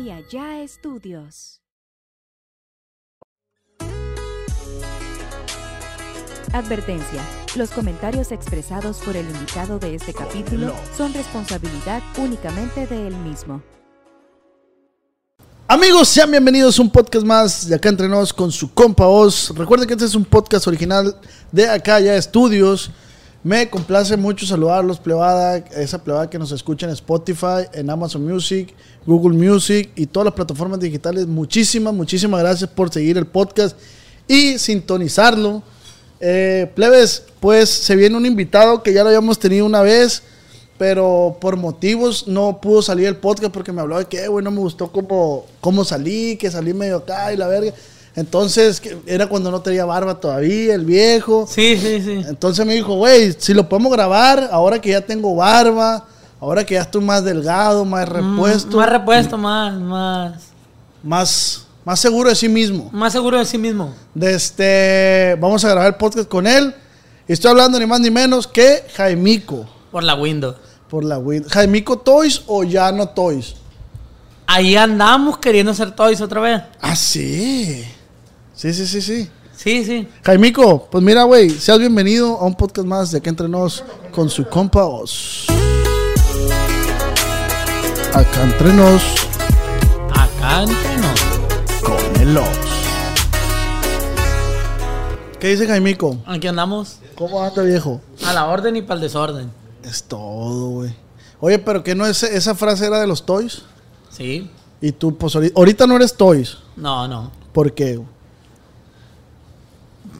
y allá estudios. Advertencia. Los comentarios expresados por el invitado de este capítulo son responsabilidad únicamente de él mismo. Amigos, sean bienvenidos a un podcast más de Acá Entre Nos con su compa Oz. Recuerden que este es un podcast original de Acá Ya Estudios. Me complace mucho saludarlos, plebada, esa plebada que nos escucha en Spotify, en Amazon Music, Google Music y todas las plataformas digitales. Muchísimas, muchísimas gracias por seguir el podcast y sintonizarlo. Eh, plebes, pues se viene un invitado que ya lo habíamos tenido una vez, pero por motivos no pudo salir el podcast porque me habló de que, bueno, me gustó cómo, cómo salí, que salí medio acá y la verga. Entonces, que era cuando no tenía barba todavía, el viejo. Sí, sí, sí. Entonces me dijo, güey, si lo podemos grabar, ahora que ya tengo barba, ahora que ya estoy más delgado, más repuesto, Mm, Más repuesto, más, más, más, más seguro de sí mismo. más seguro de sí mismo. De este, vamos a grabar el podcast con él. Y estoy hablando ni más ni menos que Jaimico, Por la window. por la Win. Jaimico Toys o ya no Toys. Ahí andamos queriendo ser toys otra vez. Ah, sí. Sí, sí, sí, sí. Sí, sí. Jaimico, pues mira, güey, seas bienvenido a un podcast más de Acá Entre Nos con su compa Oz. Acá Entre Nos Acá entre nos. con el Oz. ¿Qué dice Jaimico? Aquí andamos ¿Cómo anda, viejo? a la orden y para el desorden. Es todo, güey. Oye, pero que no es, esa frase era de los toys. Sí. Y tú, pues ahorita, ahorita no eres toys. No, no. ¿Por qué? güey?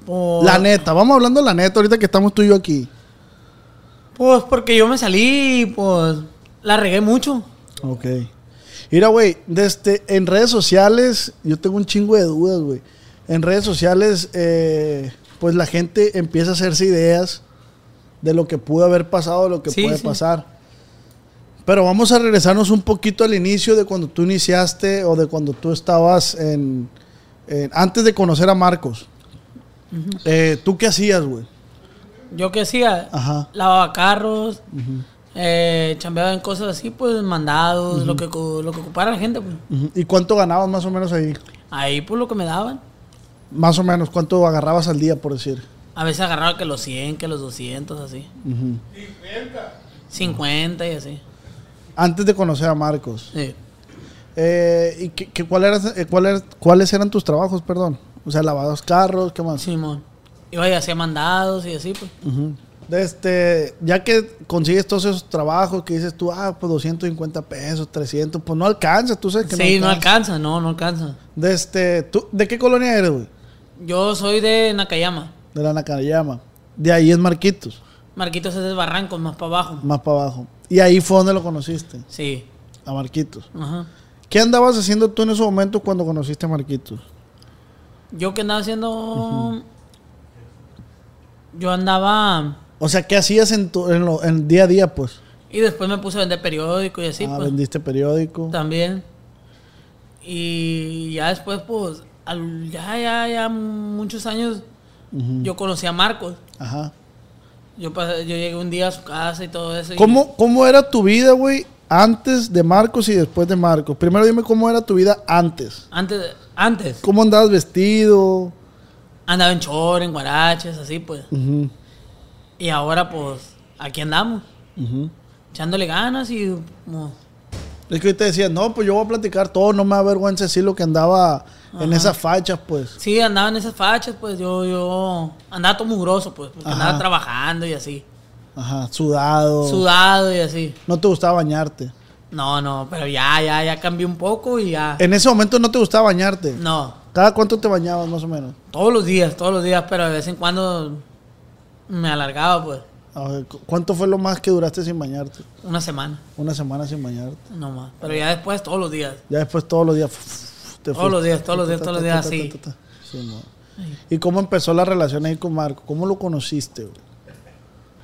Por- La neta, vamos hablando la neta ahorita que estamos tú y yo aquí. Pues porque yo me salí y pues la regué mucho. Ok. Mira, güey, desde, en redes sociales, yo tengo un chingo de dudas, güey. En redes sociales, eh, pues la gente empieza a hacerse ideas de lo que pudo haber pasado, de lo que Sí, puede sí. pasar. Pero vamos a regresarnos un poquito al inicio de cuando tú iniciaste o de cuando tú estabas en... en- antes de conocer a Marcos. Eh, ¿Tú qué hacías, güey? Yo qué hacía, Ajá. lavaba carros, eh, chambeaba en cosas así, pues mandados, lo, que, cu- lo que ocupara la gente. Pues. Ujú. ¿Y cuánto ganabas más o menos ahí? Ahí pues lo que me daban. Más o menos, ¿cuánto agarrabas al día, por decir? A veces agarraba que los 100, que los 200, así. 50 y así. Antes de conocer a Marcos. Sí. Eh, ¿Y qué, qué- cuál eras- eh, cuál er- cuáles eran tus trabajos, perdón? O sea, lavados carros, ¿qué más? Simón. Iba y hacía mandados y así, pues. Ujú. De este, ya que consigues todos esos trabajos que dices tú, ah, pues 250 pesos, 300, pues no alcanza, tú sabes que sí, no alcanza, no, no alcanza. De, este, ¿tú, ¿De qué colonia eres, güey? Yo soy de Nakayama. De la Nakayama. De ahí es Marquitos, Marquitos es de Barrancos, más para abajo. más para abajo. Y ahí fue donde lo conociste, Sí. a Marquitos. Ajá. ¿Qué andabas haciendo tú en ese momento cuando conociste a Marquitos? Yo que andaba haciendo. Yo andaba. O sea, ¿qué hacías en, tu, en, lo- en día a día, pues? Y después me puse a vender periódico y así, ah, pues. vendiste periódico. También. Y ya después, pues, al- ya, ya, ya muchos años, yo conocí a Marcos. Ajá. Yo, pas- yo llegué un día a su casa y todo eso. y- ¿Cómo, ¿Cómo era tu vida, güey, antes de Marcos y después de Marcos? Primero dime cómo era tu vida antes. antes, antes, ¿Cómo andabas vestido? andaba en chor, en guaraches, así, pues. Ujú, Y ahora, pues, aquí andamos, ujú. echándole ganas y... como, Es que hoy te decía, no, pues yo voy a platicar todo, no me avergüenza decir lo que andaba en esas fachas, pues. sí, andaba en esas fachas, pues, yo, yo... Andaba todo mugroso, pues, porque Ajá. Oh. andaba trabajando y así. Ajá, sudado. Sudado y así. no te gustaba bañarte. No, no, pero ya, ya, ya cambié un poco y ya... En ese momento no te gustaba bañarte. Ah. No, ¿Cada cuánto te bañabas, más o menos? Todos los días, todos los días, pero de vez en cuando me alargaba, pues, A ver, ¿cu- ¿Cuánto fue lo más que duraste sin bañarte? una semana, Una semana sin bañarte. no más. Pero ya después, todos los días. Ya después todos los días. te Todos los fuiste. días, todos los días, Ta, ta, todos los ta, días, ta, sí. ta, ta, ta. Sí, mo. ¿Y cómo empezó la relación ahí con Marco? ¿Cómo lo conociste, güey?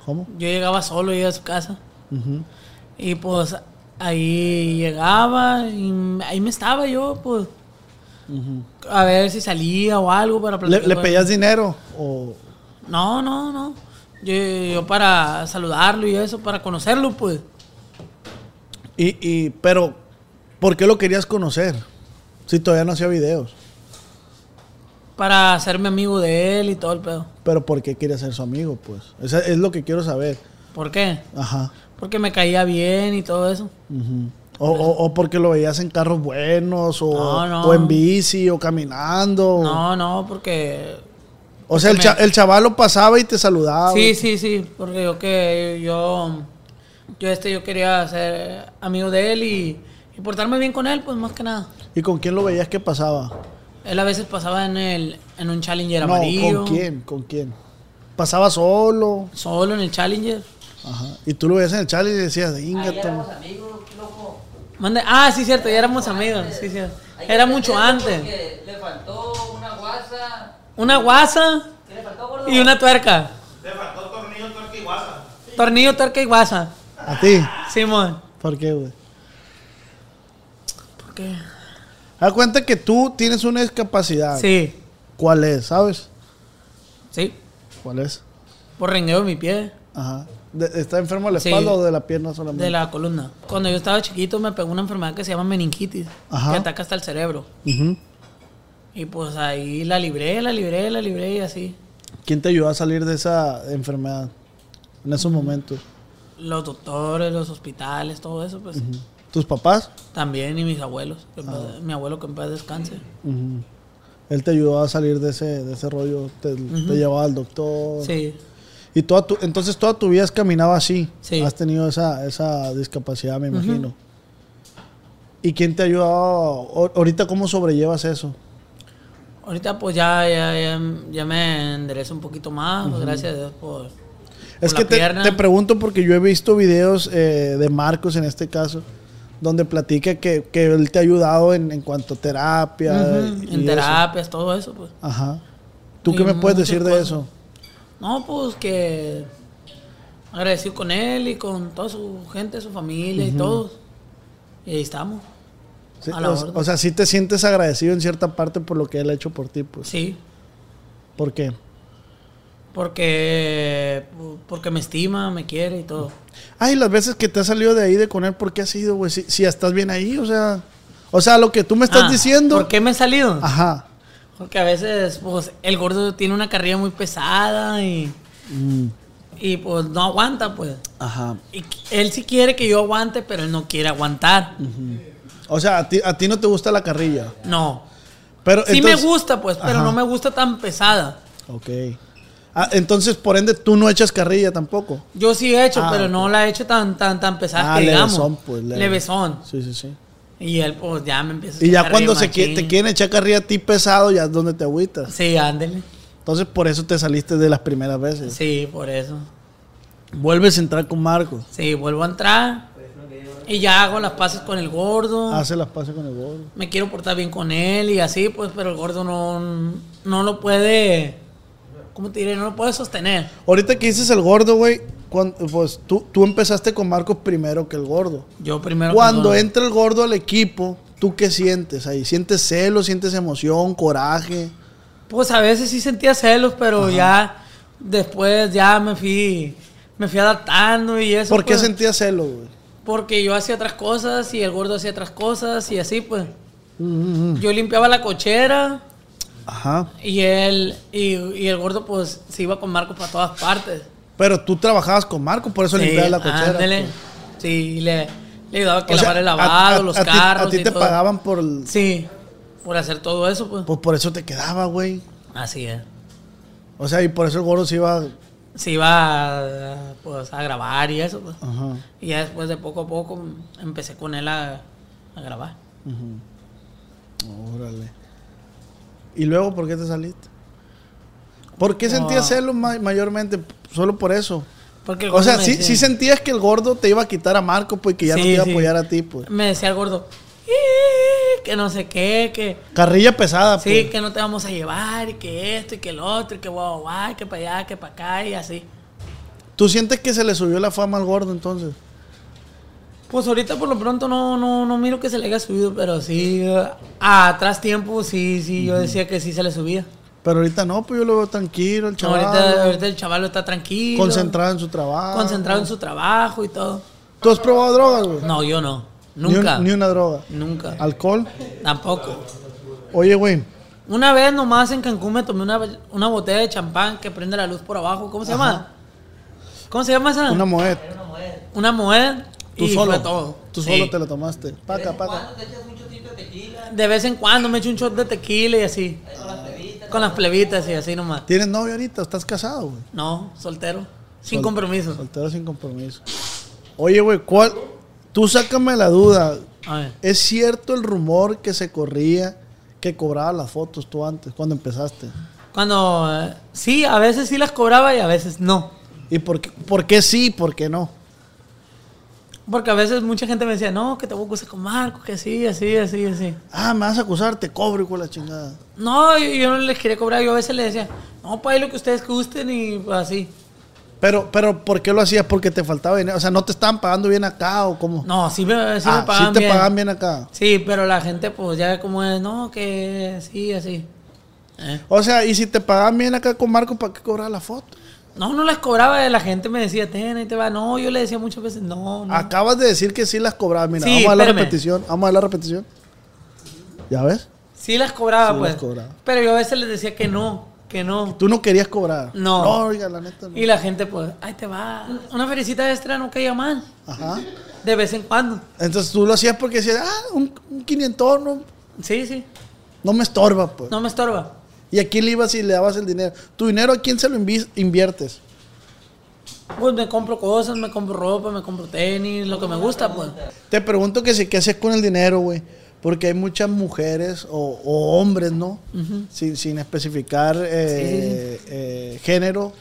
¿Cómo? Yo llegaba solo, iba a su casa, Ujú. y pues ahí llegaba, y ahí me estaba yo, pues, a ver si salía o algo para ¿Le, platicar le con- pedías dinero? ¿O No, no, no. Yo, yo para saludarlo y eso, para conocerlo, pues. y, y- pero ¿Por qué lo querías conocer? Si todavía no hacía videos. Para hacerme amigo de él y todo el pedo. Pero ¿por qué querías ser su amigo? Pues Esa es lo que quiero saber. ¿Por qué? Ajá. Porque me caía bien y todo eso. ujú. O, o- o porque lo veías en carros buenos, o, No, no. o en bici, o caminando. No, no, porque... o sea, el, me- cha- el chaval lo pasaba y te saludaba. Sí, sí, sí, porque yo que yo... Yo este, yo quería ser amigo de él y, y portarme bien con él, pues más que nada. ¿Y con quién lo veías que pasaba? Él a veces pasaba en el en un Challenger No, amarillo. ¿con quién? ¿Con quién? Pasaba solo. Solo en el Challenger. Ajá. Y tú lo veías en el chat y decías, "Inga, toma". Mande- ah, sí, cierto, ya éramos amigos. Sí, cierto. Era mucho antes. Porque le faltó una guasa. Una guasa ¿Qué le faltó, gordo? y una tuerca. Le faltó tornillo, tuerca y guasa. Tornillo, tuerca ¿A ti? y guasa. Simón. ¿Por qué, güey? ¿Por qué? Da cuenta que tú tienes una discapacidad. Sí, ¿Cuál es? ¿Sabes? sí. ¿Cuál es? Por rengueo de mi pie, Ajá. De- ¿Está enfermo de la Sí. espalda o de la pierna solamente? de la columna. Cuando yo estaba chiquito me pegó una enfermedad que se llama meningitis, Ajá. que ataca hasta el cerebro. Ujú. Y pues ahí la libré, la libré, la libré y así. ¿Quién te ayudó a salir de esa enfermedad en esos momentos? Los doctores, los hospitales, todo eso, pues. ¿Tus papás? También y mis abuelos. que en Ah. paz- Mi abuelo que en paz descanse. Ujú. Él te ayudó a salir de ese, de ese rollo, te, te llevaba al doctor. Sí. Y toda tu- entonces toda tu vida has caminado así. Sí. Has tenido esa, esa discapacidad, me imagino. ¿Y quién te ha ayudado? O- Ahorita, ¿cómo sobrellevas eso? Ahorita pues ya, ya, ya, ya me enderezo un poquito más. pues, Gracias a Dios por, por Es la que te, pierna. te pregunto porque yo he visto videos eh, de Marcos en este caso, donde platica que, que él te ha ayudado en, en cuanto a terapia. Ujú, y- y En eso. terapias, todo eso pues. Ajá. ¿Tú Y qué me puedes muchas decir de cosas. eso? No, pues que agradecido con él y con toda su gente, su familia y todos. Y ahí estamos. Sí, A la o, orden. o sea, sí te sientes agradecido en cierta parte por lo que él ha hecho por ti, pues. Sí. ¿Por qué? Porque, porque me estima, me quiere y todo. Ay, las veces que te has salido de ahí de con él, ¿por qué has ido, güey? Si, si estás bien ahí, o sea. O sea, lo que tú me estás Ah, diciendo. Ah. ¿Por qué me he salido? Ajá. Porque a veces, pues, el gordo tiene una carrilla muy pesada y, Mm, y pues, no aguanta, pues. ajá. Y qu- él sí quiere que yo aguante, pero él no quiere aguantar. O sea, a ti, a ti no te gusta la carrilla. No. Pero, Sí entonces- me gusta, pues, pero Ajá. no me gusta tan pesada. Ok. Ah, entonces, por ende, tú no echas carrilla tampoco. Yo sí he hecho, Ah, pero ok. no la he hecho tan, tan, tan pesada Ah, que digamos. levesón, pues, leve. Levesón. Sí, sí, sí. Y él, pues, ya me empieza a Y ya echar cuando se carrilla qui- te machín. quieren echar carrilla a ti pesado, ya es donde te agüitas. Sí, ándele. Entonces, por eso te saliste de las primeras veces. Sí, por eso. Vuelves a entrar con Marcos. Sí, vuelvo a entrar. Y ya hago las pases con el gordo. Hace las pases con el gordo. me quiero portar bien con él y así, pues, pero el gordo no, no lo puede, ¿cómo te diré? No lo puede sostener. Ahorita que dices el gordo, güey, cuan- pues tú, tú empezaste con Marcos primero que el gordo. Yo primero... Cuando que no. entra el gordo al equipo, ¿tú qué sientes ahí? ¿Sientes celo, sientes emoción, coraje? Pues a veces sí sentía celos, pero ya después ya me fui, me fui adaptando y eso. ¿Por qué pues, sentías celo, güey? Porque yo hacía otras cosas y el gordo hacía otras cosas y así, pues. Mm. Yo limpiaba la cochera Ajá. y él, y, y el gordo pues se iba con Marco para todas partes. Pero tú trabajabas con Marcos, por eso Sí, limpiabas la cochera. ándale. pues. Sí, le, le ayudaba que O sea, lavar el a- a- lavado, a los ti- carros. A ti y te todo. pagaban por, el- Sí, por hacer todo eso, pues. pues por eso te quedaba, güey. Así es. O sea, y por eso el gordo se iba. Se iba a, pues, a grabar y eso, pues. Ajá. Y ya después de poco a poco empecé con él a, a grabar. Ujú. Órale. ¿Y luego por qué te saliste? ¿Por qué sentías Ah. celo ma- mayormente? Solo por eso. Porque el O gordo sea, me sí, decía- sí sentías que el gordo te iba a quitar a Marco, pues que ya no Sí, te iba sí. a apoyar a ti, pues. Me decía el gordo, "Ih, que no sé qué, que... Carrilla pesada, Sí, pues. que no te vamos a llevar, y que esto, y que el otro, y que guau, guau, que para allá, que para acá, y así. pues. ¿Tú sientes que se le subió la fama al gordo entonces? Pues ahorita por lo pronto no, no, no miro que se le haya subido, pero sí, eh, a atrás tiempo sí, sí, yo decía que sí se le subía. Pero ahorita no, pues yo lo veo tranquilo, el chaval. Ahorita, ahorita el chaval está tranquilo. concentrado en su trabajo. Concentrado en su trabajo y todo. ¿Tú has probado drogas, güey? No, yo no. Ni un- Nunca. Ni, una droga. Nunca. Alcohol. Tampoco. Oye, güey. Una vez nomás en Cancún me tomé una, una botella de champán que prende la luz por abajo. ¿Cómo se llama? ¿Cómo se llama esa? Una moed. Una moed. Tú y solo. fue todo. Tú Sí. solo te la tomaste. Paca, paca. ¿Cuándo te echas mucho tinto de tequila? De vez en cuando me echo un shot de tequila y así. Con las plebitas y así nomás. ¿Tienes novio ahorita? ¿Estás casado, güey? No, soltero. Sin Sol- compromiso. Soltero sin compromiso. Oye, güey, ¿cuál? Tú sácame la duda. A ver. ¿Es cierto el rumor que se corría que cobraba las fotos tú antes, cuando empezaste? Cuando. eh, sí, a veces sí las cobraba y a veces no. ¿Y por qué, por qué sí, por qué no? Porque a veces mucha gente me decía, no, que te voy a acusar con Marco, que así, así, así, así. Ah, me vas a acusar, te cobro, hijo de la chingada. No, yo, yo no les quería cobrar, yo a veces les decía, no, pues ahí lo que ustedes gusten y pues, así. Pero, pero, ¿por qué lo hacías? ¿Porque te faltaba dinero? O sea, ¿no te estaban pagando bien acá o cómo? No, sí me, sí Ah, me pagaban sí te bien. pagan bien acá. Sí, pero la gente pues ya como es, no, que así, así. Eh. O sea, ¿y si te pagaban bien acá con Marco, para qué cobrar la foto? No, no las cobraba, la gente me decía, ten, ahí te va. No, yo le decía muchas veces, no, no. Acabas de decir que sí las cobrabas. Mira, Sí, vamos a la espérame. repetición. Vamos a la repetición. ¿Ya ves? Sí las cobraba, Sí pues. las cobraba. Pero yo a veces les decía que no, que no. Tú no querías cobrar. No. oiga, la neta no. Y la gente, pues, ahí te va. Una felicita extra no caía mal. Ajá. De vez en cuando. Entonces tú lo hacías porque decías, ah, un, un quinientón, no, Sí, sí. no me estorba, pues. No me estorba. ¿Y a quién le ibas y le dabas el dinero? ¿Tu dinero a quién se lo invi- inviertes? Pues me compro cosas, me compro ropa, me compro tenis, lo que me gusta, pues. Te pregunto que si qué haces con el dinero, güey. Porque hay muchas mujeres o, o hombres, ¿no? sin, sin especificar eh, eh, género.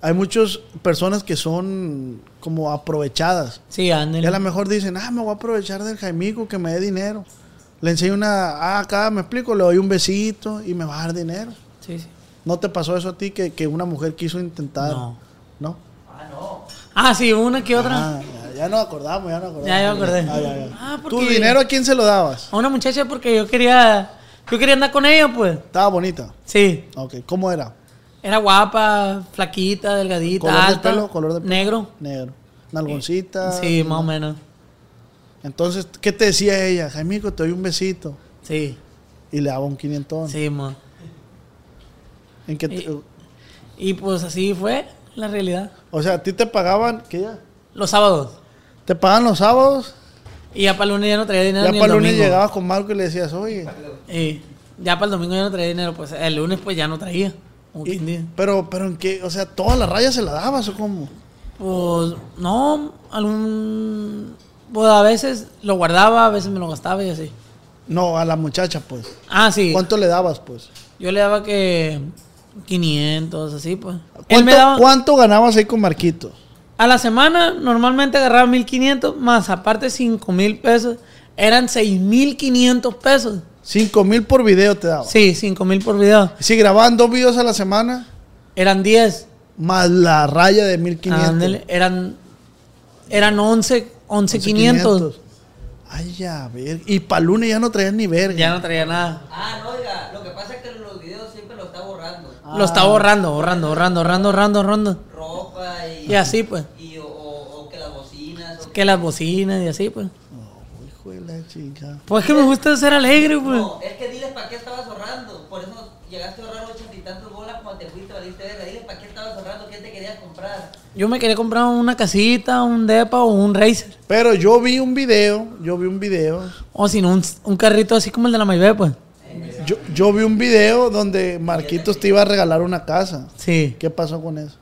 Hay muchas personas que son como aprovechadas. Sí, Y a lo anden. mejor dicen, ah, me voy a aprovechar del Jaimico que me dé dinero. Le enseño una, ah, acá me explico, le doy un besito y me va a dar dinero. Sí, sí. ¿No te pasó eso a ti que, que una mujer quiso intentar? No. ¿No? Ah, sí, una que otra. Ah, ya, ya nos acordamos, ya nos acordamos. Ya, ya me acordé. Ah, ya, ya. Ah, ¿Tu porque- dinero a quién se lo dabas? A una muchacha porque yo quería. Yo quería andar con ella, pues. Estaba bonita. Sí. Ok, ¿cómo era? Era guapa, flaquita, delgadita. ¿Color de alta, pelo? ¿Color de pelo? Negro. Negro. Nalgoncita. Eh, Sí, más o menos. Entonces, ¿qué te decía ella? Jaimico, te doy un besito. Sí, Y le daba un quinientón. sí, ma. ¿En qué te- Y- Y pues así fue la realidad. O sea, ¿a ti te pagaban? ¿Qué ya? Los sábados. ¿Te pagaban los sábados? Y ya para el lunes ya no traía dinero. Ya ni para el lunes domingo. llegabas con Marco y le decías, oye. Y ya para el domingo ya no traía dinero. Pues el lunes pues ya no traía. Como y- quien dice. pero, pero en qué, o sea, todas las rayas se las dabas o cómo? Pues no, algún... Pues a veces lo guardaba, a veces me lo gastaba y así. No, a la muchacha, pues. Ah, sí. ¿Cuánto le dabas, pues? Yo le daba que 500, así pues. Él ¿Cuánto, me daba... cuánto ganabas ahí con Marquito? A la semana normalmente agarraba 1500 más aparte 5000 pesos. Eran 6500 pesos. Cinco mil por video te daba. Sí, 5000 por video. Si grababan dos videos a la semana, Eran 10. más la raya de 1500. Ándale, eran eran 11 500. 11500. Ay, ya, ver. Y para lunes ya no traías ni verga. Ya no traía nada. Ah, no, oiga, lo que pasa es que los videos siempre lo está borrando. Lo estaba borrando, borrando, borrando, borrando, borrando, borrando. Ropa y. Y así pues, y o, o- o que las bocinas. O que... que las bocinas y así pues. Oh, hijo de la chica. Pues es que me gusta ser alegre, pues. No, es que diles para qué estabas ahorrando. Por eso llegaste a ahorrar ochenta y tantos bolas cuando te fuiste, valiste verga. Diles para qué estabas ahorrando, qué te querías comprar. Yo me quería comprar una casita, un depa o un racer Pero yo vi un video, yo vi un video o si no un, un carrito así como el de la Maybe, pues. Yo, yo vi un video donde Marquitos te iba a regalar una casa. Sí. ¿Qué pasó con eso?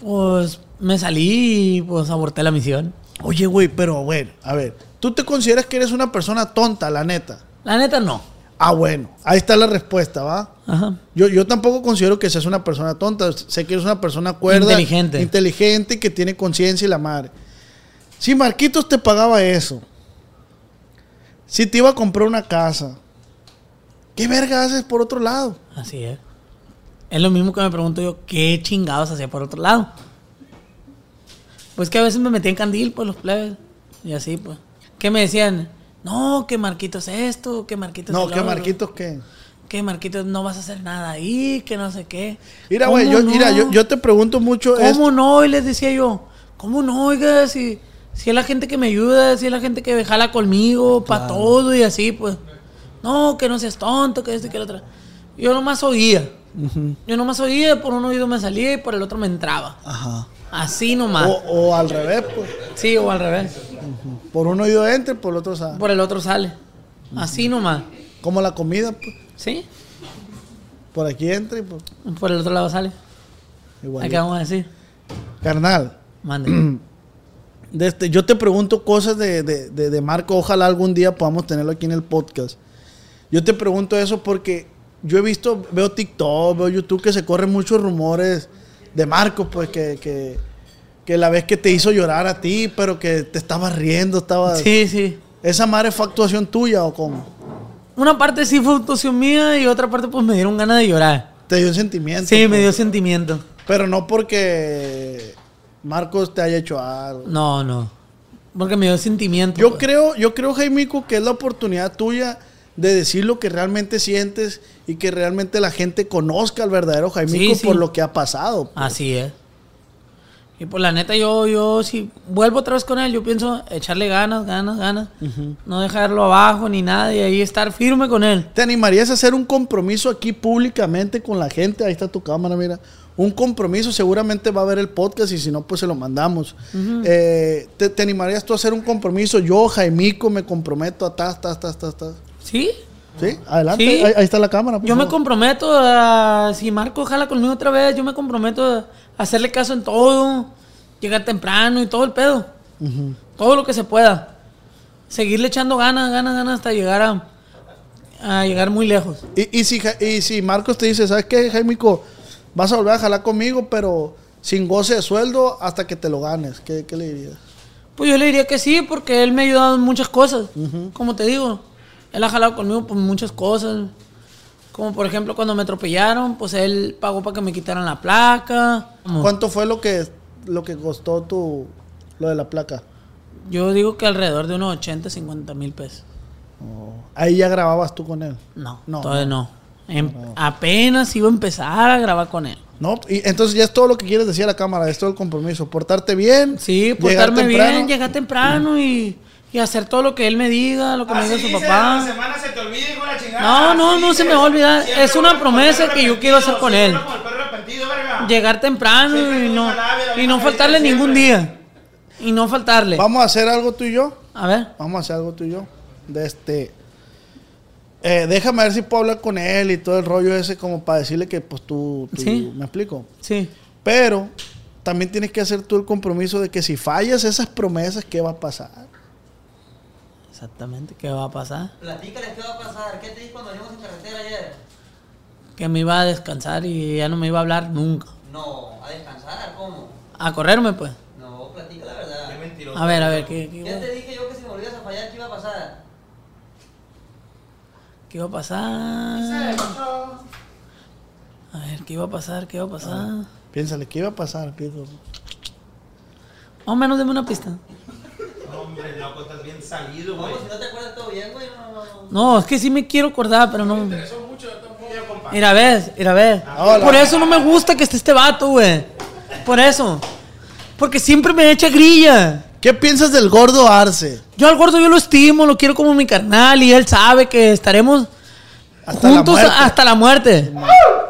Pues me salí y pues aborté la misión. Oye, güey, pero bueno, a ver, ¿tú te consideras que eres una persona tonta, la neta? La neta no. Ah, bueno, ahí está la respuesta, ¿va? Ajá. Yo, yo tampoco considero que seas una persona tonta. Sé que eres una persona cuerda. Inteligente. Inteligente, que tiene conciencia y la madre. Si Marquitos te pagaba eso, si te iba a comprar una casa, ¿qué verga haces por otro lado? Así es. Es lo mismo que me pregunto yo, ¿qué chingados hacía por otro lado? Pues que a veces me metía en candil, pues los plebes. Y así, pues. Que me decían, no, que Marquitos esto, que Marquitos No, el que otro, Marquitos, ¿qué? Que Marquitos no vas a hacer nada ahí, que no sé qué. Mira, güey, ¿Cómo yo, mira, no? yo, yo te pregunto mucho ¿Cómo esto. no? Y les decía yo, ¿cómo no? Oiga, si Si es la gente que me ayuda, si es la gente que me jala conmigo, para todo y así, pues. No, que no seas tonto, que esto y que lo otro. Yo nomás oía. Yo nomás oía, por un oído me salía y por el otro me entraba. Ajá. Así nomás. O, o al revés, pues. Sí, o al revés. Por un oído entra, por el otro sale. Por el otro sale. Así nomás. Como la comida, pues. ¿Sí? Por aquí entra y pues, por. Por el otro lado sale. Igual. ¿A qué vamos a decir? Carnal, Mande. de este, yo te pregunto cosas de, de- de- de Marco. Ojalá algún día podamos tenerlo aquí en el podcast. Yo te pregunto eso porque yo he visto, veo TikTok, veo YouTube que se corren muchos rumores de Marco, pues que, que, que la vez que te hizo llorar a ti, pero que te estabas riendo, estabas. Sí, sí. ¿Esa madre fue actuación tuya o cómo? Una parte sí fue actuación mía y otra parte pues me dieron ganas de llorar. Te dio un sentimiento. Sí, me pues. dio sentimiento. Pero no porque Marcos te haya hecho algo. No, no. Porque me dio sentimiento. Yo pues. creo, yo creo, Jaimico, que es la oportunidad tuya de decir lo que realmente sientes y que realmente la gente conozca al verdadero Jaimico Sí, sí. por lo que ha pasado. Así es. Y pues la neta, yo, yo si vuelvo otra vez con él, yo pienso echarle ganas, ganas, ganas. No dejarlo abajo ni nada y ahí estar firme con él. ¿Te animarías a hacer un compromiso aquí públicamente con la gente? Ahí está tu cámara, mira. Un compromiso, seguramente va a haber el podcast y si no, pues se lo mandamos. Eh, ¿te, te animarías tú a hacer un compromiso? Yo, Jaimico, me comprometo a tas, tas, tas, tas, tas. ¿Sí? ¿Sí? Adelante, Sí. Ahí, ahí está la cámara. por Yo me favor. comprometo a, si Marco jala conmigo otra vez, yo me comprometo a hacerle caso en todo, llegar temprano y todo el pedo. Todo lo que se pueda. Seguirle echando ganas, ganas, ganas hasta llegar a, a llegar muy lejos. Y, y si, Ja- y si Marcos te dice, ¿sabes qué, Jaimico? Vas a volver a jalar conmigo, pero sin goce de sueldo hasta que te lo ganes. ¿Qué, qué le dirías? Pues yo le diría que sí, porque él me ha ayudado en muchas cosas. Como te digo, él ha jalado conmigo por muchas cosas. Como por ejemplo cuando me atropellaron, pues él pagó para que me quitaran la placa. ¿Cuánto fue lo que, lo que costó tu, lo de la placa? Yo digo que alrededor de unos 80, 50 mil pesos. Ahí ya grababas tú con él. No, No, todavía no. Em- Apenas iba a empezar a grabar con él. No, y entonces ya es todo lo que quieres decir a la cámara, es todo el compromiso. Portarte bien. Sí, llegar portarme bien, temprano. llegar temprano y, y hacer todo lo que él me diga, lo que me diga su papá. La semana se te olvida, hijo de la chingada. No, no, Así no dice. se me va a olvidar. Siempre Es una uno como promesa el perro que yo quiero hacer arrepentido, con siempre él. uno como el perro arrepentido, verga. llegar temprano Siempre y tú no, usa labia, la y no misma faltarle medida ningún siempre. día. Y no faltarle. Vamos a hacer algo tú y yo. A ver, Vamos a hacer algo tú y yo. De este. eh, déjame ver si puedo hablar con él y todo el rollo ese, como para decirle que, pues tú. tú- Sí. ¿Me explico? sí. Pero también tienes que hacer tú el compromiso de que si fallas esas promesas, ¿qué va a pasar? Exactamente, ¿qué va a pasar? Platícales qué va a pasar. ¿Qué te dijo cuando venimos en carretera ayer? Que me iba a descansar y ya no me iba a hablar nunca. No, a descansar, ¿cómo? A correrme, pues. No, platica la verdad. Qué mentiroso. A ver, a ver, ¿qué, Ya te qué, dije yo que si me volvías a fallar, ¿qué iba a pasar? qué iba a pasar? A ver, ¿qué iba a pasar? ¿Qué iba a pasar? Piénsale, ¿qué iba a pasar? Piénsalo. Más o menos deme una pista. No, hombre, loco, estás bien salido, No, güey. pues si no te acuerdas todo bien, güey, no, no, no. No, es que sí me quiero acordar, pero no. Mira, ves, mira, ves. Hola. Por eso no me gusta que esté este vato, güey. Por eso. Porque siempre me echa grilla. ¿Qué piensas del gordo Arce? Yo al gordo yo lo estimo, lo quiero como mi carnal y él sabe que estaremos Hasta la juntos muerte. hasta la muerte.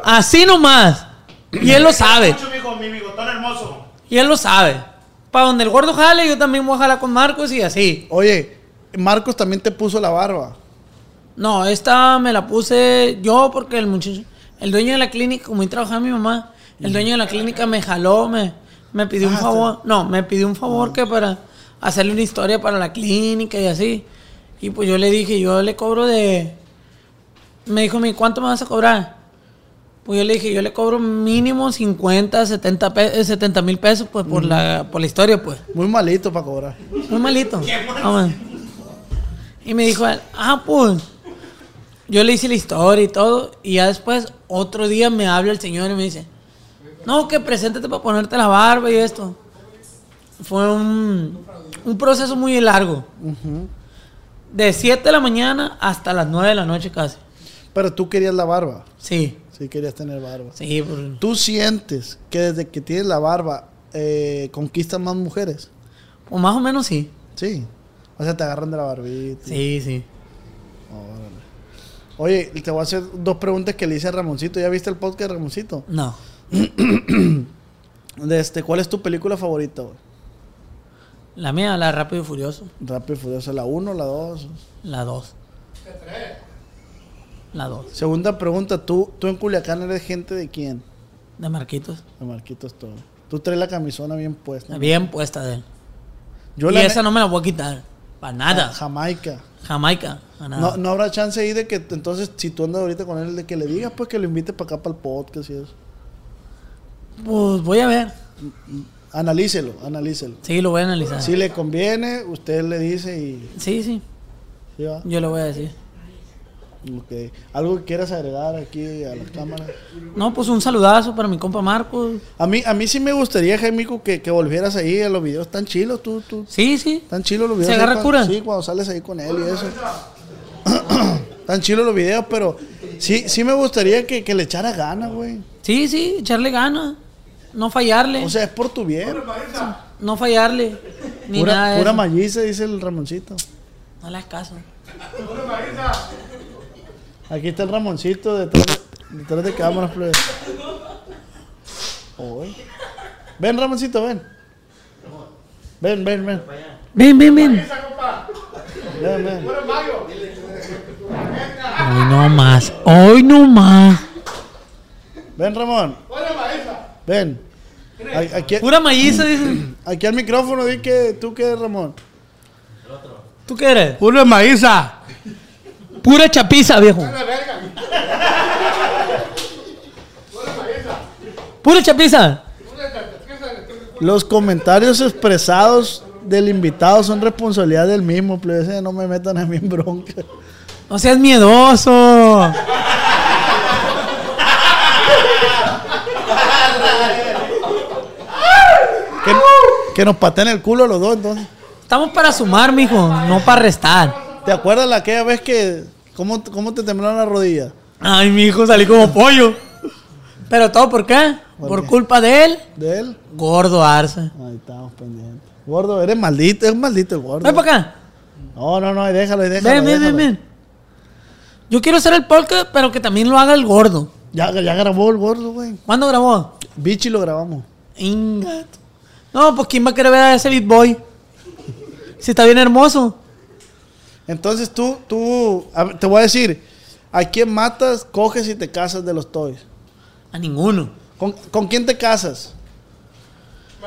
Así nomás. Y él lo sabe. Mucho, mijo, mi bigotón hermoso. Y él lo sabe. Para donde el gordo jale, yo también voy a jalar con Marcos y así. Oye, Marcos también te puso la barba. No, esta me la puse yo porque el muchacho, el dueño de la clínica, como ahí trabajaba mi mamá, el dueño de la clínica me jaló, me, me pidió un Ah, favor. No, me pidió un favor que para hacerle una historia para la clínica y así. Y pues yo le dije, yo le cobro de. Me dijo, mi, ¿cuánto me vas a cobrar? Pues yo le dije, yo le cobro mínimo 50, 70 pe- eh, 70 mil pesos pues, por, la, por la historia, pues. Muy malito para cobrar. Muy malito. Vamos. Ah, Y me dijo, él, ah, pues. Yo le hice la historia y todo. Y ya después, otro día me habla el señor y me dice, no, que preséntate para ponerte la barba y esto. Fue un, un proceso muy largo. De 7 de la mañana hasta las 9 de la noche casi. Pero tú querías la barba. Sí, Sí, querías tener barba. sí. por- ¿Tú sientes que desde que tienes la barba eh, conquistas más mujeres? O más o menos sí. Sí. O sea, te agarran de la barbita. y- Sí, sí. Órale. Oye, te voy a hacer dos preguntas que le hice a Ramoncito. ¿Ya viste el podcast de Ramoncito? No. De este, ¿Cuál es tu película favorita, güey? La mía, la de Rápido y Furioso. Rápido y Furioso, la 1, la 2. La 2. La 2. Segunda pregunta, ¿tú, tú en Culiacán eres gente de quién? De Marquitos. De Marquitos todo. Tú traes la camisona bien puesta. Bien puesta de él. Yo y la esa ne- Ah, no me la voy a quitar. Para nada. Jamaica. Jamaica. pa' nada. No, no habrá chance ahí de que entonces si tú andas ahorita con él de que le digas pues que lo invite para acá para el podcast y eso. Pues voy a ver. Analícelo, analícelo. Sí, lo voy a analizar. Si Sí, le conviene, usted le dice y sí. ¿sí va? Yo le voy a decir. Ok. ¿Algo que quieras agregar aquí a la cámara? No, pues un saludazo para mi compa Marcos. A mí, a mí sí me gustaría, Jaimico, que, que volvieras ahí a los videos tan chilos, tú, tú. Sí, sí. Tan chilos los videos. ¿Se agarra ahí cuando- cura? Sí, cuando sales ahí con él y eso. tan chilos los videos, pero sí, sí me gustaría que, que le echara ganas, güey. Sí, sí. Echarle ganas. No fallarle. O sea, es por tu bien. no fallarle. Ni nada. Pura, de pura eso. malliza, dice el Ramoncito. No le hagas caso. Aquí está el Ramoncito detrás, detrás de cámaras, plebes. Oy. Ven, Ramoncito, ven. Ven, ven, ven. Ven, ven, ven. Ven, ven. Hoy no más. Hoy no más. Ven, Ramón. Ven. A- Aquí, Pura maíz, dicen. aquí al micrófono, di que tú que eres Ramón. ¿Tú qué eres? Puro de maíza. Pura chapiza, viejo. Pura chapiza. Los comentarios expresados del invitado son responsabilidad del mismo, plebes. eh, No me metan a mí en bronca. No seas miedoso. Que, que nos pateen el culo los dos, entonces. Estamos para sumar, mijo, no para restar. ¿Te acuerdas la aquella vez que... ¿Cómo, cómo te temblaron las rodillas? Ay, mijo, salí como pollo. Pero todo por qué? ¿Por Por qué? culpa de él, ¿De él? gordo Arce. Ahí estamos pendientes. Gordo, eres maldito, es maldito el gordo. Ven para acá. No, no, no, ahí déjalo, ahí déjalo. Ven, ven, ven, déjalo. ven. Yo quiero hacer el podcast, pero que también lo haga el gordo. Ya, ya grabó el gordo, güey. ¿Cuándo grabó? Bichi lo grabamos. Ingato. No, pues ¿quién va a querer ver a ese Big Boy? Si está bien hermoso. Entonces tú, tú, a ver, te voy a decir, ¿a quién matas, coges y te casas de los toys? A ninguno. ¿Con, con quién te casas?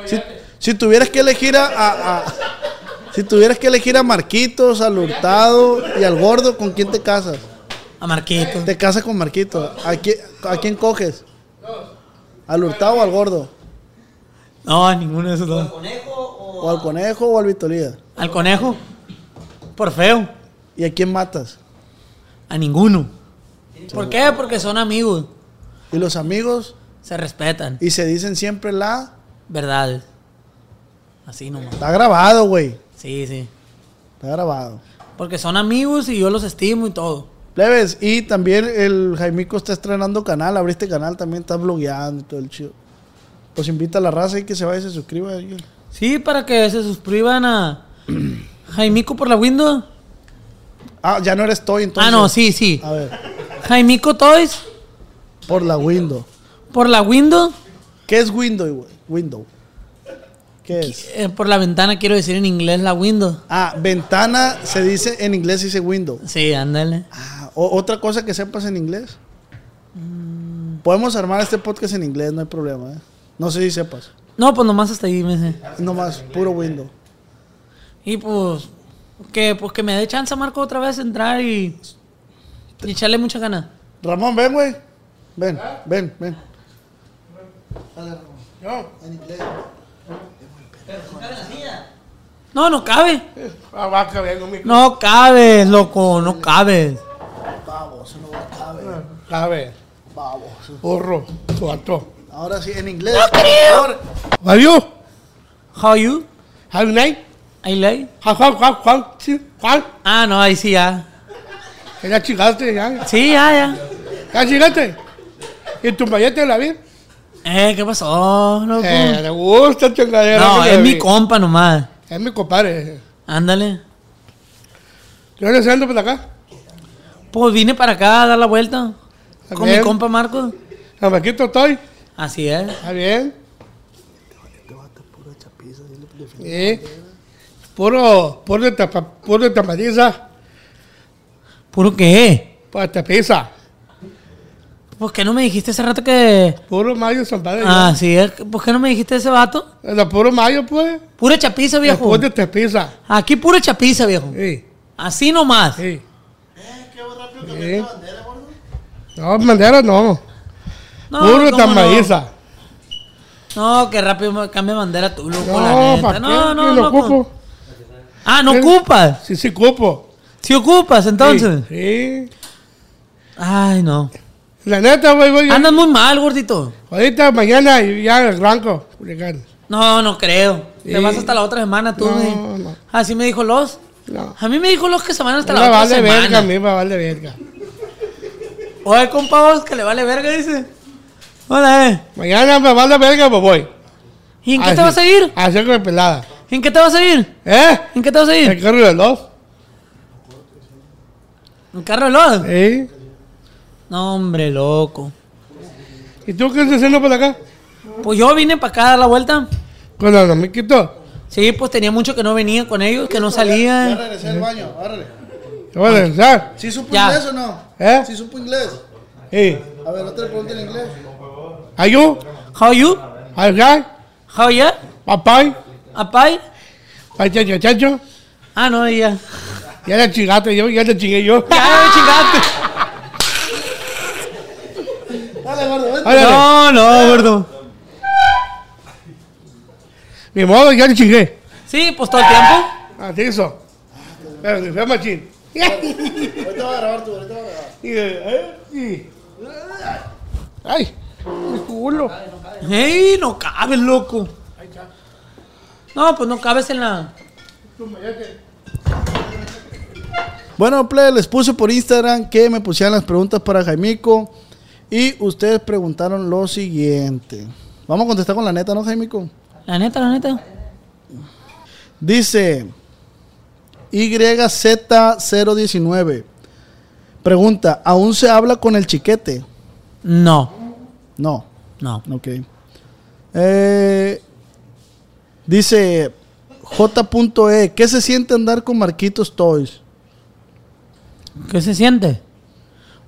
Si, si tuvieras que elegir a, a- a- si tuvieras que elegir a Marquitos, al Hurtado y al Gordo, ¿con quién te casas? A Marquito. Te casas con Marquitos. ¿A quién, a quién coges? ¿Al Hurtado o al Gordo? No, a ninguno de esos dos. ¿Conejo o.? ¿O al Conejo o al Vitolía? Al conejo. Por feo. ¿Y a quién matas? A ninguno. ¿Por qué? Porque son amigos. ¿Y los amigos? Se respetan. Y se dicen siempre la... Verdades. Así nomás. Está grabado, güey. Sí, sí. Está grabado. Porque son amigos y yo los estimo y todo. Plebes, y también el Jaimico está estrenando canal, abriste canal, también está blogueando y todo el chido. Pues invita a la raza y que se vaya y se suscriba. güey. Sí, para que se suscriban a Jaimico por la Windows. Ah, ya no eres Toy entonces. Ah, no, sí, sí. A ver, Jaimico Toys por la window. por la Windows. ¿Qué es window, güey? Window. ¿Qué es? Eh, por la ventana quiero decir en inglés la Windows. Ah, ventana se dice en inglés, se dice window. Sí, ándale. Ah, o- otra cosa que sepas en inglés. Podemos armar este podcast en inglés, no hay problema, ¿eh? No sé si sepas. No, pues nomás hasta ahí me sé. Nomás, puro window. Y pues que, pues que me dé chance, Marco, otra vez entrar y, y echarle mucha gana. Ramón, ven, güey. Ven, ven, ven. No, no cabe. Ah, va a caber en mi No cabes, loco, no cabes. Cabe. Burro. Suato. Ahora sí, en inglés. Are you? How are you? Have you night? I like. How, how, how, how, sí, how? Ah, no, ahí sí ya. Que Ya chingaste, ya. Sí, ya, ya. Ya chingaste. ¿Y tu payete la vi? Eh, ¿qué pasó, loco? Eh, le gusta chingadera. no, que le es mi vi. compa nomás. Es mi compadre. Ándale. ¿Yo le ando por acá? Pues vine para acá a dar la vuelta con mi También. compa Marcos. ¿A Marquito estoy? Así es. ¿Está bien? Sí. Puro, puro de tapa, puro de tamariza, ¿Puro qué? para Pues, tapiza. ¿Por qué no me dijiste hace rato que... Puro mayo, San Padre. Así es. ¿Por qué no me dijiste ese vato? Era puro mayo, pues. Pura chapiza, Era viejo. Puro de Eh. tapiza. Aquí pura chapiza, viejo. Sí, Así nomás. sí. Eh, Qué rápido sí. bandera, gordo. Eh. No, bandera no. No, puro cómo tamariza. No, no, que rápido me cambia bandera tú, loco, la No, neta. ¿para qué? No, no, no. Yo lo ocupo. Eh. Ah, no ¿Qué? ocupas. Sí, sí, ocupo. Si ocupas, entonces. Sí. Ay, no. sí. La neta, güey, voy. Andas muy mal, gordito. Ahorita, mañana, y ya en el ranco. Culiacán. No, no creo. Te Sí. vas hasta la otra semana tú. No, güey. no. Así me dijo Los. No. A mí me dijo Los que se van hasta la me otra vale semana. verga, a mí me vale verga. Oye, compa, vos que le vale verga, dice. Hola, eh. Mañana me vale verga, pues voy. ¿Y en qué Así- te vas a ir? Así con mi pelada. ¿En qué te vas a ir? ¿Eh? ¿En qué te vas a El ir? carro de los. ¿En carro de Los? ¿Eh? No, hombre, loco. ¿Y tú qué estás haciendo por acá? Pues yo vine para acá a dar la vuelta. Con los amiquitos. Sí, pues tenía mucho que no venía con ellos, que no Ya salía. regresé al baño, árale. Yo voy a regresar. ¿Sí supo Ya. inglés o no? ¿Eh? ¿Sí supo inglés? ¿Eh? A ver, otra pregunta en inglés. ¿Are you? How you? ¿Are you? How ya? ¿Papá? ¿Apay? ¿Ay, chacho, chacho? Ah, no, ya. Ya la chingaste yo, ya la chingué yo. Ya me chingaste. Dale, gordo, vente. Órale. No, no, gordo. Ni modo, ya la chingué. Sí, pues todo el tiempo. Ah, te hizo. Pero se fue machín. Ahorita va a grabar tú, ahorita va a grabar. Y, eh, y- Ay, mi culo. ¡Ey! No cabes, loco. No, pues no cabes en la. Bueno, play, les puse por Instagram que me pusieran las preguntas para Jaimico. Y ustedes preguntaron lo siguiente. Vamos a contestar con la neta, ¿no, Jaimico? La neta, la neta. Dice YZ019. Pregunta, ¿aún se habla con el chiquete? No, No, no. ok. Eh, dice J.E. ¿Qué se siente andar con Marquitos Toys? ¿Qué se siente?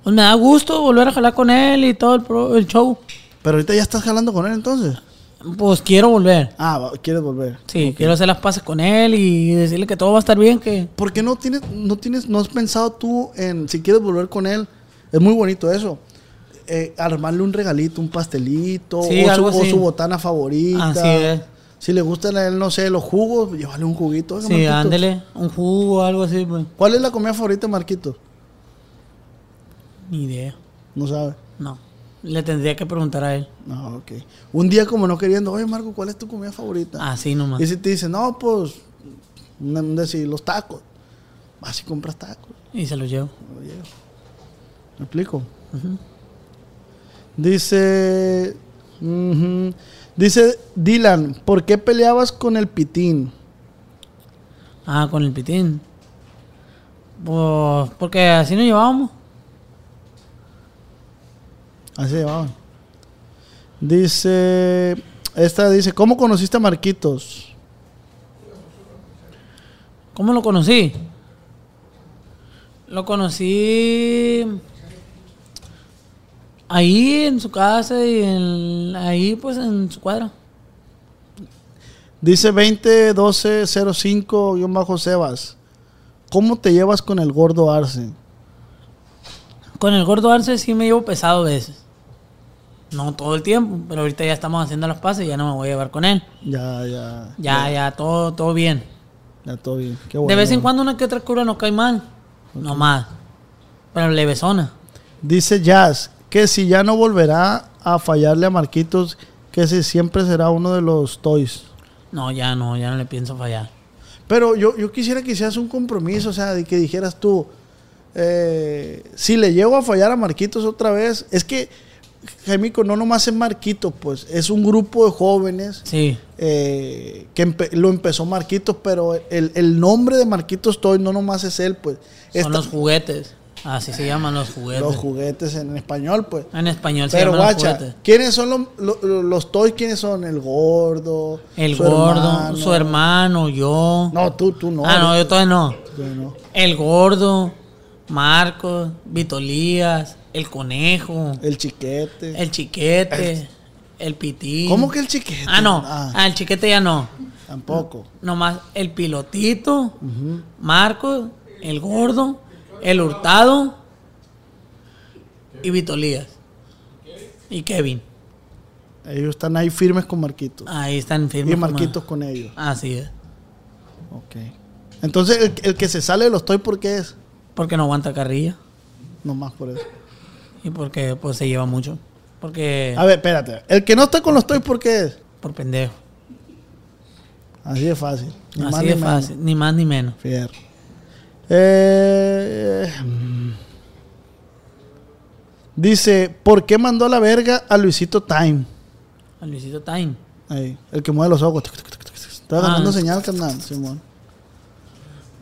Pues me da gusto volver a jalar con él y todo el, pro- el show. Pero ahorita ya estás jalando con él entonces. Pues quiero volver. Ah, va- quieres volver. Sí, quiero hacer las pases con él y decirle que todo va a estar bien, que. ¿Por qué no tienes, no tienes, no has pensado tú en si quieres volver con él? Es muy bonito eso. Eh, armarle un regalito, un pastelito, Sí, o, su, algo o así. su botana favorita. Así es. Si le gustan a él, no sé, los jugos, llévale un juguito. Oiga, Sí, Marquitos, ándele. Un jugo o algo así, pues. ¿Cuál es la comida favorita, de Marquito? Ni idea. No sabe. No. Le tendría que preguntar a él. No, ok. Un día como no queriendo, oye Marco, ¿cuál es tu comida favorita? Así nomás. y si te dice, no, pues, una- un decir, los tacos. Vas y compras tacos. Y se lo llevo. ¿Me explico? Dice. ujú, Dice Dylan, ¿por qué peleabas con el pitín? Ah, con el pitín. Pues porque así nos llevábamos. Así se llamaban. Dice. Esta dice, ¿cómo conociste a Marquitos? ¿Cómo lo conocí? Lo conocí ahí en su casa y en- ahí pues en su cuadra. Dice 201205-Sebas. ¿Cómo te llevas con el gordo Arce? Con el gordo Arce sí me llevo pesado a veces. No todo el tiempo, pero ahorita ya estamos haciendo las pases y ya no me voy a llevar con él. Ya, ya. Ya, ya, todo, todo bien. Ya todo bien. Qué bueno. De vez en cuando una que otra cura no cae mal. No más. Pero levesona. Dice Jazz que si ya no volverá a fallarle a Marquitos, que si siempre será uno de los toys. No, ya no, ya no le pienso fallar. Pero yo, yo quisiera que hicieras un compromiso, o sea, de que dijeras tú, eh, si le llego a fallar a Marquitos otra vez, es que Jaimico no nomás es Marquito, pues es un grupo de jóvenes Sí. eh, que empe- lo empezó Marquitos, pero el, el nombre de Marquitos Toy no nomás es él, pues. Son Esta- los juguetes. Así se llaman los juguetes. los juguetes en español, pues. Ah, en español se Pero llaman los guacha, juguetes. ¿quiénes son los, los, los toys? ¿Quiénes son? El gordo. El su gordo, hermano. su hermano, yo. No, tú, tú no. ah, no, yo todavía no. Yo no. El gordo, Marcos, Vitolías, el conejo, El chiquete. el chiquete, el pitín. Eh, ¿Cómo que el chiquete? Ah, no. Ah, Ah, el chiquete ya no. Tampoco. Nomás el pilotito, Marcos, el gordo, el hurtado y Vitolías. Y Kevin. Ellos están ahí firmes con Marquitos. Ahí están Ah, firmes. y como- Marquitos con ellos. Así es. Ok. Entonces, el, el que se sale de los toys, ¿por qué es? Porque no aguanta carrilla. Nomás por eso. Y porque pues se lleva mucho. Porque A ver, espérate. El que no está con los toys, ¿por qué es? por pendejo. Así de fácil. Ni más Así ni de menos. fácil, ni más ni menos. Fierro. Eh, mm. dice, ¿por qué mandó a la verga a Luisito Time? A Luisito Time. Ahí, el que mueve los ojos. Está Ah. dando señal, carnal, Simón.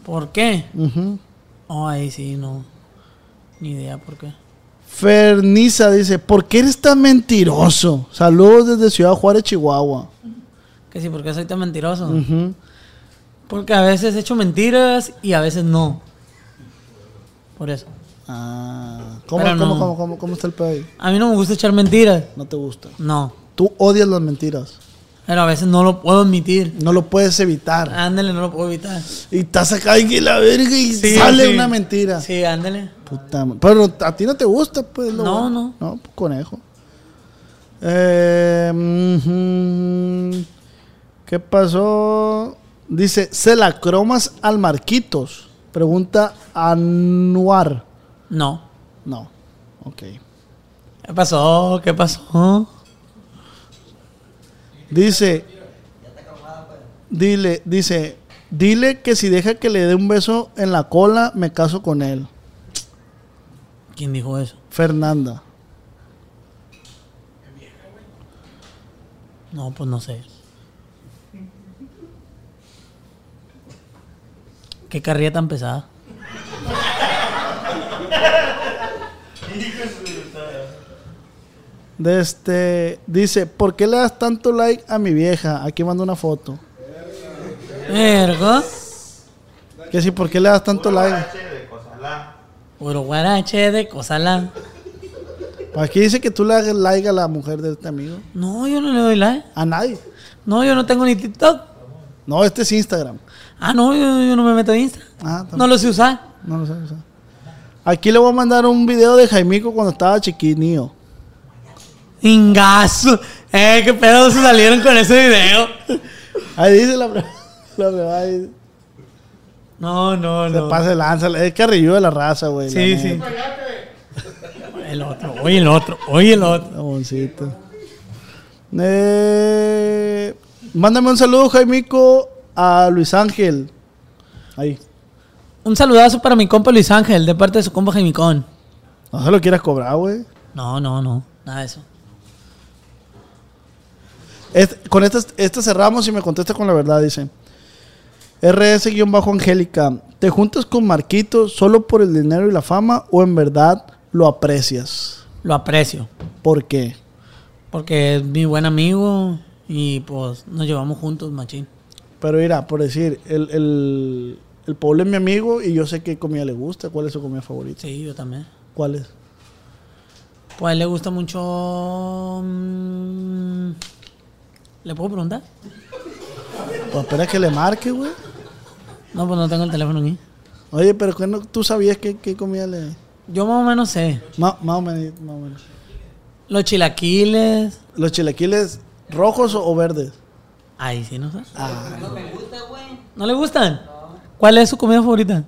¿Por qué? Ujú. Oh, ahí sí, no. Ni idea por qué. Ferniza dice, ¿por qué eres tan mentiroso? Saludos desde Ciudad Juárez, Chihuahua. Que sí, porque soy tan mentiroso. Ujú. Porque a veces he hecho mentiras y a veces no. Por eso. Ah, ¿cómo, Pero cómo, no. cómo, cómo, cómo está el país? A mí no me gusta echar mentiras. No te gusta. No. Tú odias las mentiras. Pero a veces no lo puedo admitir. No lo puedes evitar. Ándale, no lo puedo evitar. Y estás acá y que la verga y Sí, sale sí. una mentira. Sí, ándale. Puta ma- pero a ti no te gusta, pues. lo No, bueno. no. No, pues, conejo. Eh, ujú. ¿Qué pasó? Dice, ¿se la cromas al Marquitos? Pregunta Anuar. No. No. Ok. ¿Qué pasó? ¿Qué pasó? Dice, dile, dice, dile que si deja que le dé un beso en la cola, me caso con él. ¿Quién dijo eso? Fernanda. No, pues no sé. ¿Qué carrilla tan pesada? De este, dice, ¿por qué le das tanto like a mi vieja? Aquí mando una foto. Verga. Que sí, ¿por qué le das tanto like? Puro guarache de cosala. Aquí dice que tú le hagas like a la mujer de este amigo. No, yo no le doy like. A nadie. No, yo no tengo ni TikTok. No, este es Instagram. Ah, no, yo, yo no me meto en Insta. Ah, tam- No lo sé usar. no lo sé. no sé. Aquí le voy a mandar un video de Jaimico cuando estaba chiquinillo. Ingazo. Eh, qué pedo se salieron con ese video. Ahí dice la pre- la pre- ahí No, no, Se no. pasa de lanza. Es carrillo de la raza, güey. la Sí, sí. neta. El otro, oye el otro, oye el otro. Ramoncito. Eh, mándame un saludo, Jaimico, a Luis Ángel. Ahí. Un saludazo para mi compa Luis Ángel, de parte de su compa Jaimicón. No se lo quieras cobrar, güey. No, no, no. Nada de eso. Este- con esta, esta cerramos y me contesta con la verdad, dice. RS-Angélica, ¿te juntas con Marquito solo por el dinero y la fama o en verdad lo aprecias? Lo aprecio. ¿Por qué? Porque es mi buen amigo y pues nos llevamos juntos, machín. Pero mira, por decir, el, el, el Pablo es mi amigo y yo sé qué comida le gusta. ¿Cuál es su comida favorita? Sí, yo también. ¿Cuál es? Pues a él le gusta mucho... mm, ¿Le puedo preguntar? Pues espera que le marque, güey. No, pues no tengo el teléfono aquí. Oye, pero que no, tú sabías qué, qué comida le... Yo más o menos sé. Ma- Más o menos, más o menos. Los chilaquiles... ¿Los chilaquiles rojos o, o verdes? Ay, sí, no sé. No me gusta, güey. ¿No le gustan? ¿Cuál es su comida favorita?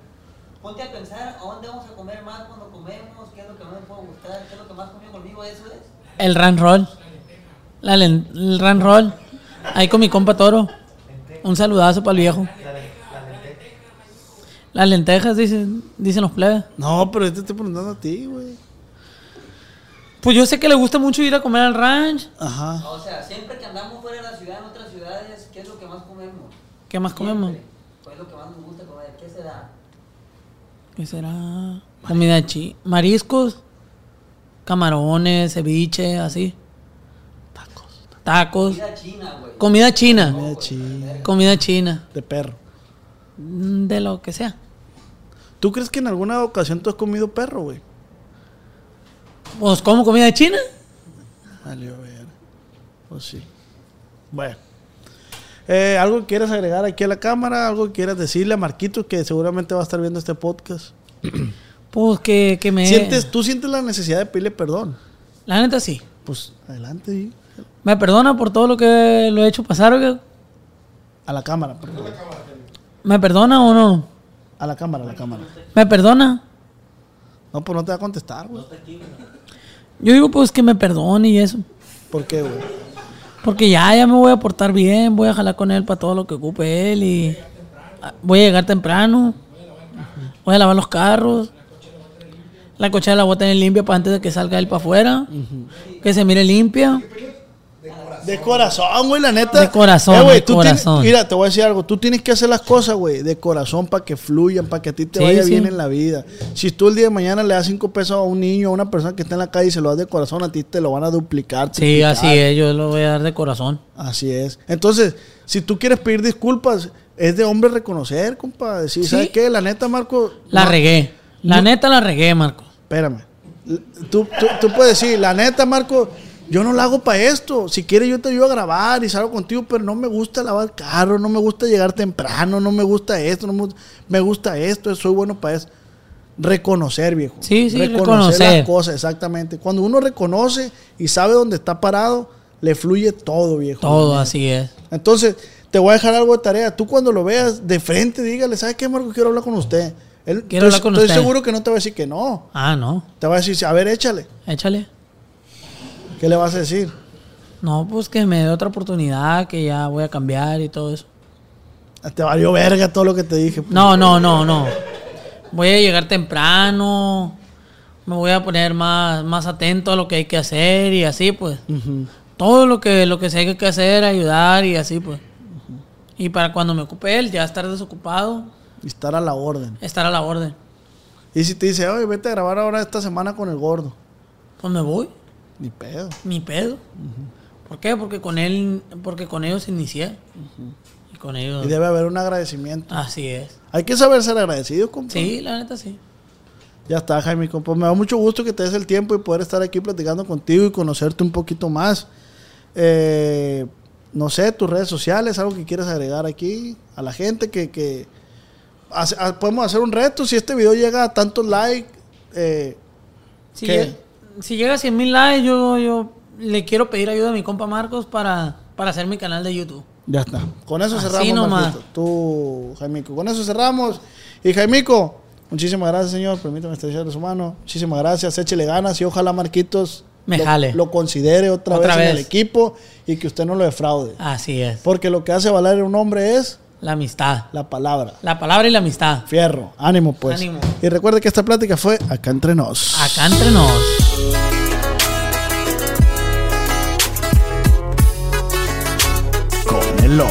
Ponte a pensar a dónde vamos a comer más cuando comemos, qué es lo que más me puede gustar, qué es lo que más comió conmigo, eso es. El ran roll. La len- el ran roll. Ahí con mi compa Toro. Un saludazo para el viejo. Las lentejas, dicen, dicen los plebes. No, pero yo te estoy preguntando a ti, güey. Pues yo sé que le gusta mucho ir a comer al ranch. Ajá. O sea, siempre que andamos fuera de la ciudad, en otras ciudades, ¿qué es lo que más comemos? ¿Qué más comemos? Siempre. ¿Cuál es lo que más nos gusta comer? ¿Qué será? ¿Qué será? Comida chi. Mariscos, camarones, ceviche, así. Tacos. Tacos. Comida china, güey. Comida china. Comida china, Comida china. De perro. Mm, De lo que sea. ¿Tú crees que en alguna ocasión tú has comido perro, güey? Pues como comida china. Vale, a ver. Pues sí. Bueno. Eh, ¿Algo que quieras agregar aquí a la cámara? ¿Algo que quieras decirle a Marquito que seguramente va a estar viendo este podcast? Pues que, que me... ¿Sientes, ¿Tú sientes la necesidad de pedirle perdón? La neta sí. Pues adelante, sí. Me perdona por todo lo que lo he hecho pasar. oiga? A la cámara, perdón. ¿Me perdona o no? A la cámara, a la cámara. ¿Me perdona? No, pues no te va a contestar, güey. Yo digo pues que me perdone y eso. ¿Por qué, güey? Porque ya, ya me voy a portar bien, voy a jalar con él para todo lo que ocupe él y ah, voy a llegar temprano, voy a lavar los carros, la cochera la voy a tener limpia para antes de que salga él para afuera, que se mire limpia. De corazón, güey, la neta. Eh, De corazón, güey, de tú tienes- corazón. mira, te voy a decir algo. Tú tienes que hacer las cosas, güey, de corazón para que fluyan, para que a ti te Sí, vaya sí. bien en la vida. Si tú el día de mañana le das cinco pesos a un niño, a una persona que está en la calle y se lo das de corazón, a ti te lo van a duplicar. Sí, triplicar. así es, yo lo voy a dar de corazón. Así es. Entonces, si tú quieres pedir disculpas, es de hombre reconocer, compa. Decir, Sí. ¿sabes qué? La neta, Marco. La no- regué, la neta la regué, Marco. Espérame. L- Tú, tú, tú puedes decir, la neta, Marco, yo no la hago para esto. Si quieres, yo te ayudo a grabar y salgo contigo, pero no me gusta lavar carro, no me gusta llegar temprano, no me gusta esto, no me gusta, me gusta esto, soy bueno para eso. Reconocer, viejo. Sí, sí, las reconocer. cosas, exactamente. Cuando uno reconoce y sabe dónde está parado, le fluye todo, viejo. Todo así es. Entonces, te voy a dejar algo de tarea. Tú cuando lo veas de frente, dígale, ¿sabes qué, Marco? Quiero hablar con usted. Él- estoy- Quiero hablar con estoy usted. seguro que no te va a decir que no. Ah, no, Te va a decir, a ver, échale. échale. ¿Qué le vas a decir? No, pues que me dé otra oportunidad, que ya voy a cambiar y todo eso. Te valió verga todo lo que te dije. pues. No, no, no, no. Voy a llegar temprano. Me voy a poner más, más atento a lo que hay que hacer y así, pues. Ujú. Todo lo que, lo que se hay que hacer, ayudar y así, pues. Y para cuando me ocupe él, ya estar desocupado, Y estar a la orden. estar a la orden. Y si te dice, oye, vete a grabar ahora esta semana con el gordo. Pues me voy, Ni pedo. ni pedo. ¿Por qué? Porque con él, porque con ellos inicié. Y con ellos. Y debe haber un agradecimiento. Así es. Hay que saber ser agradecido, compa. Sí, la neta sí. Ya está, Jaime, compa. Me da mucho gusto que te des el tiempo y poder estar aquí platicando contigo y conocerte un poquito más. Eh, no sé, tus redes sociales, algo que quieras agregar aquí a la gente que... que hace- ah, podemos hacer un reto. Si este video llega a tantos likes, eh, Si, ¿Qué? llega- si llega a 100 mil likes, yo, yo le quiero pedir ayuda a mi compa Marcos para, para hacer mi canal de YouTube. Ya está. Con eso Así cerramos, nomás. Marquito. Tú, Jaimico. Con eso cerramos. Y Jaimico, muchísimas gracias, señor. Permítame estrecharle su mano. Muchísimas gracias. Échele ganas y ojalá Marquitos Me lo, jale. lo considere otra, vez Otra en vez. Ah. el equipo y que usted no lo defraude. Así es. Porque lo que hace valer a un hombre es La amistad. la palabra. La palabra y la amistad. Fierro. Ánimo, pues. Ánimo. Y recuerde que esta plática fue acá entre nos. Acá entre nos. con el los.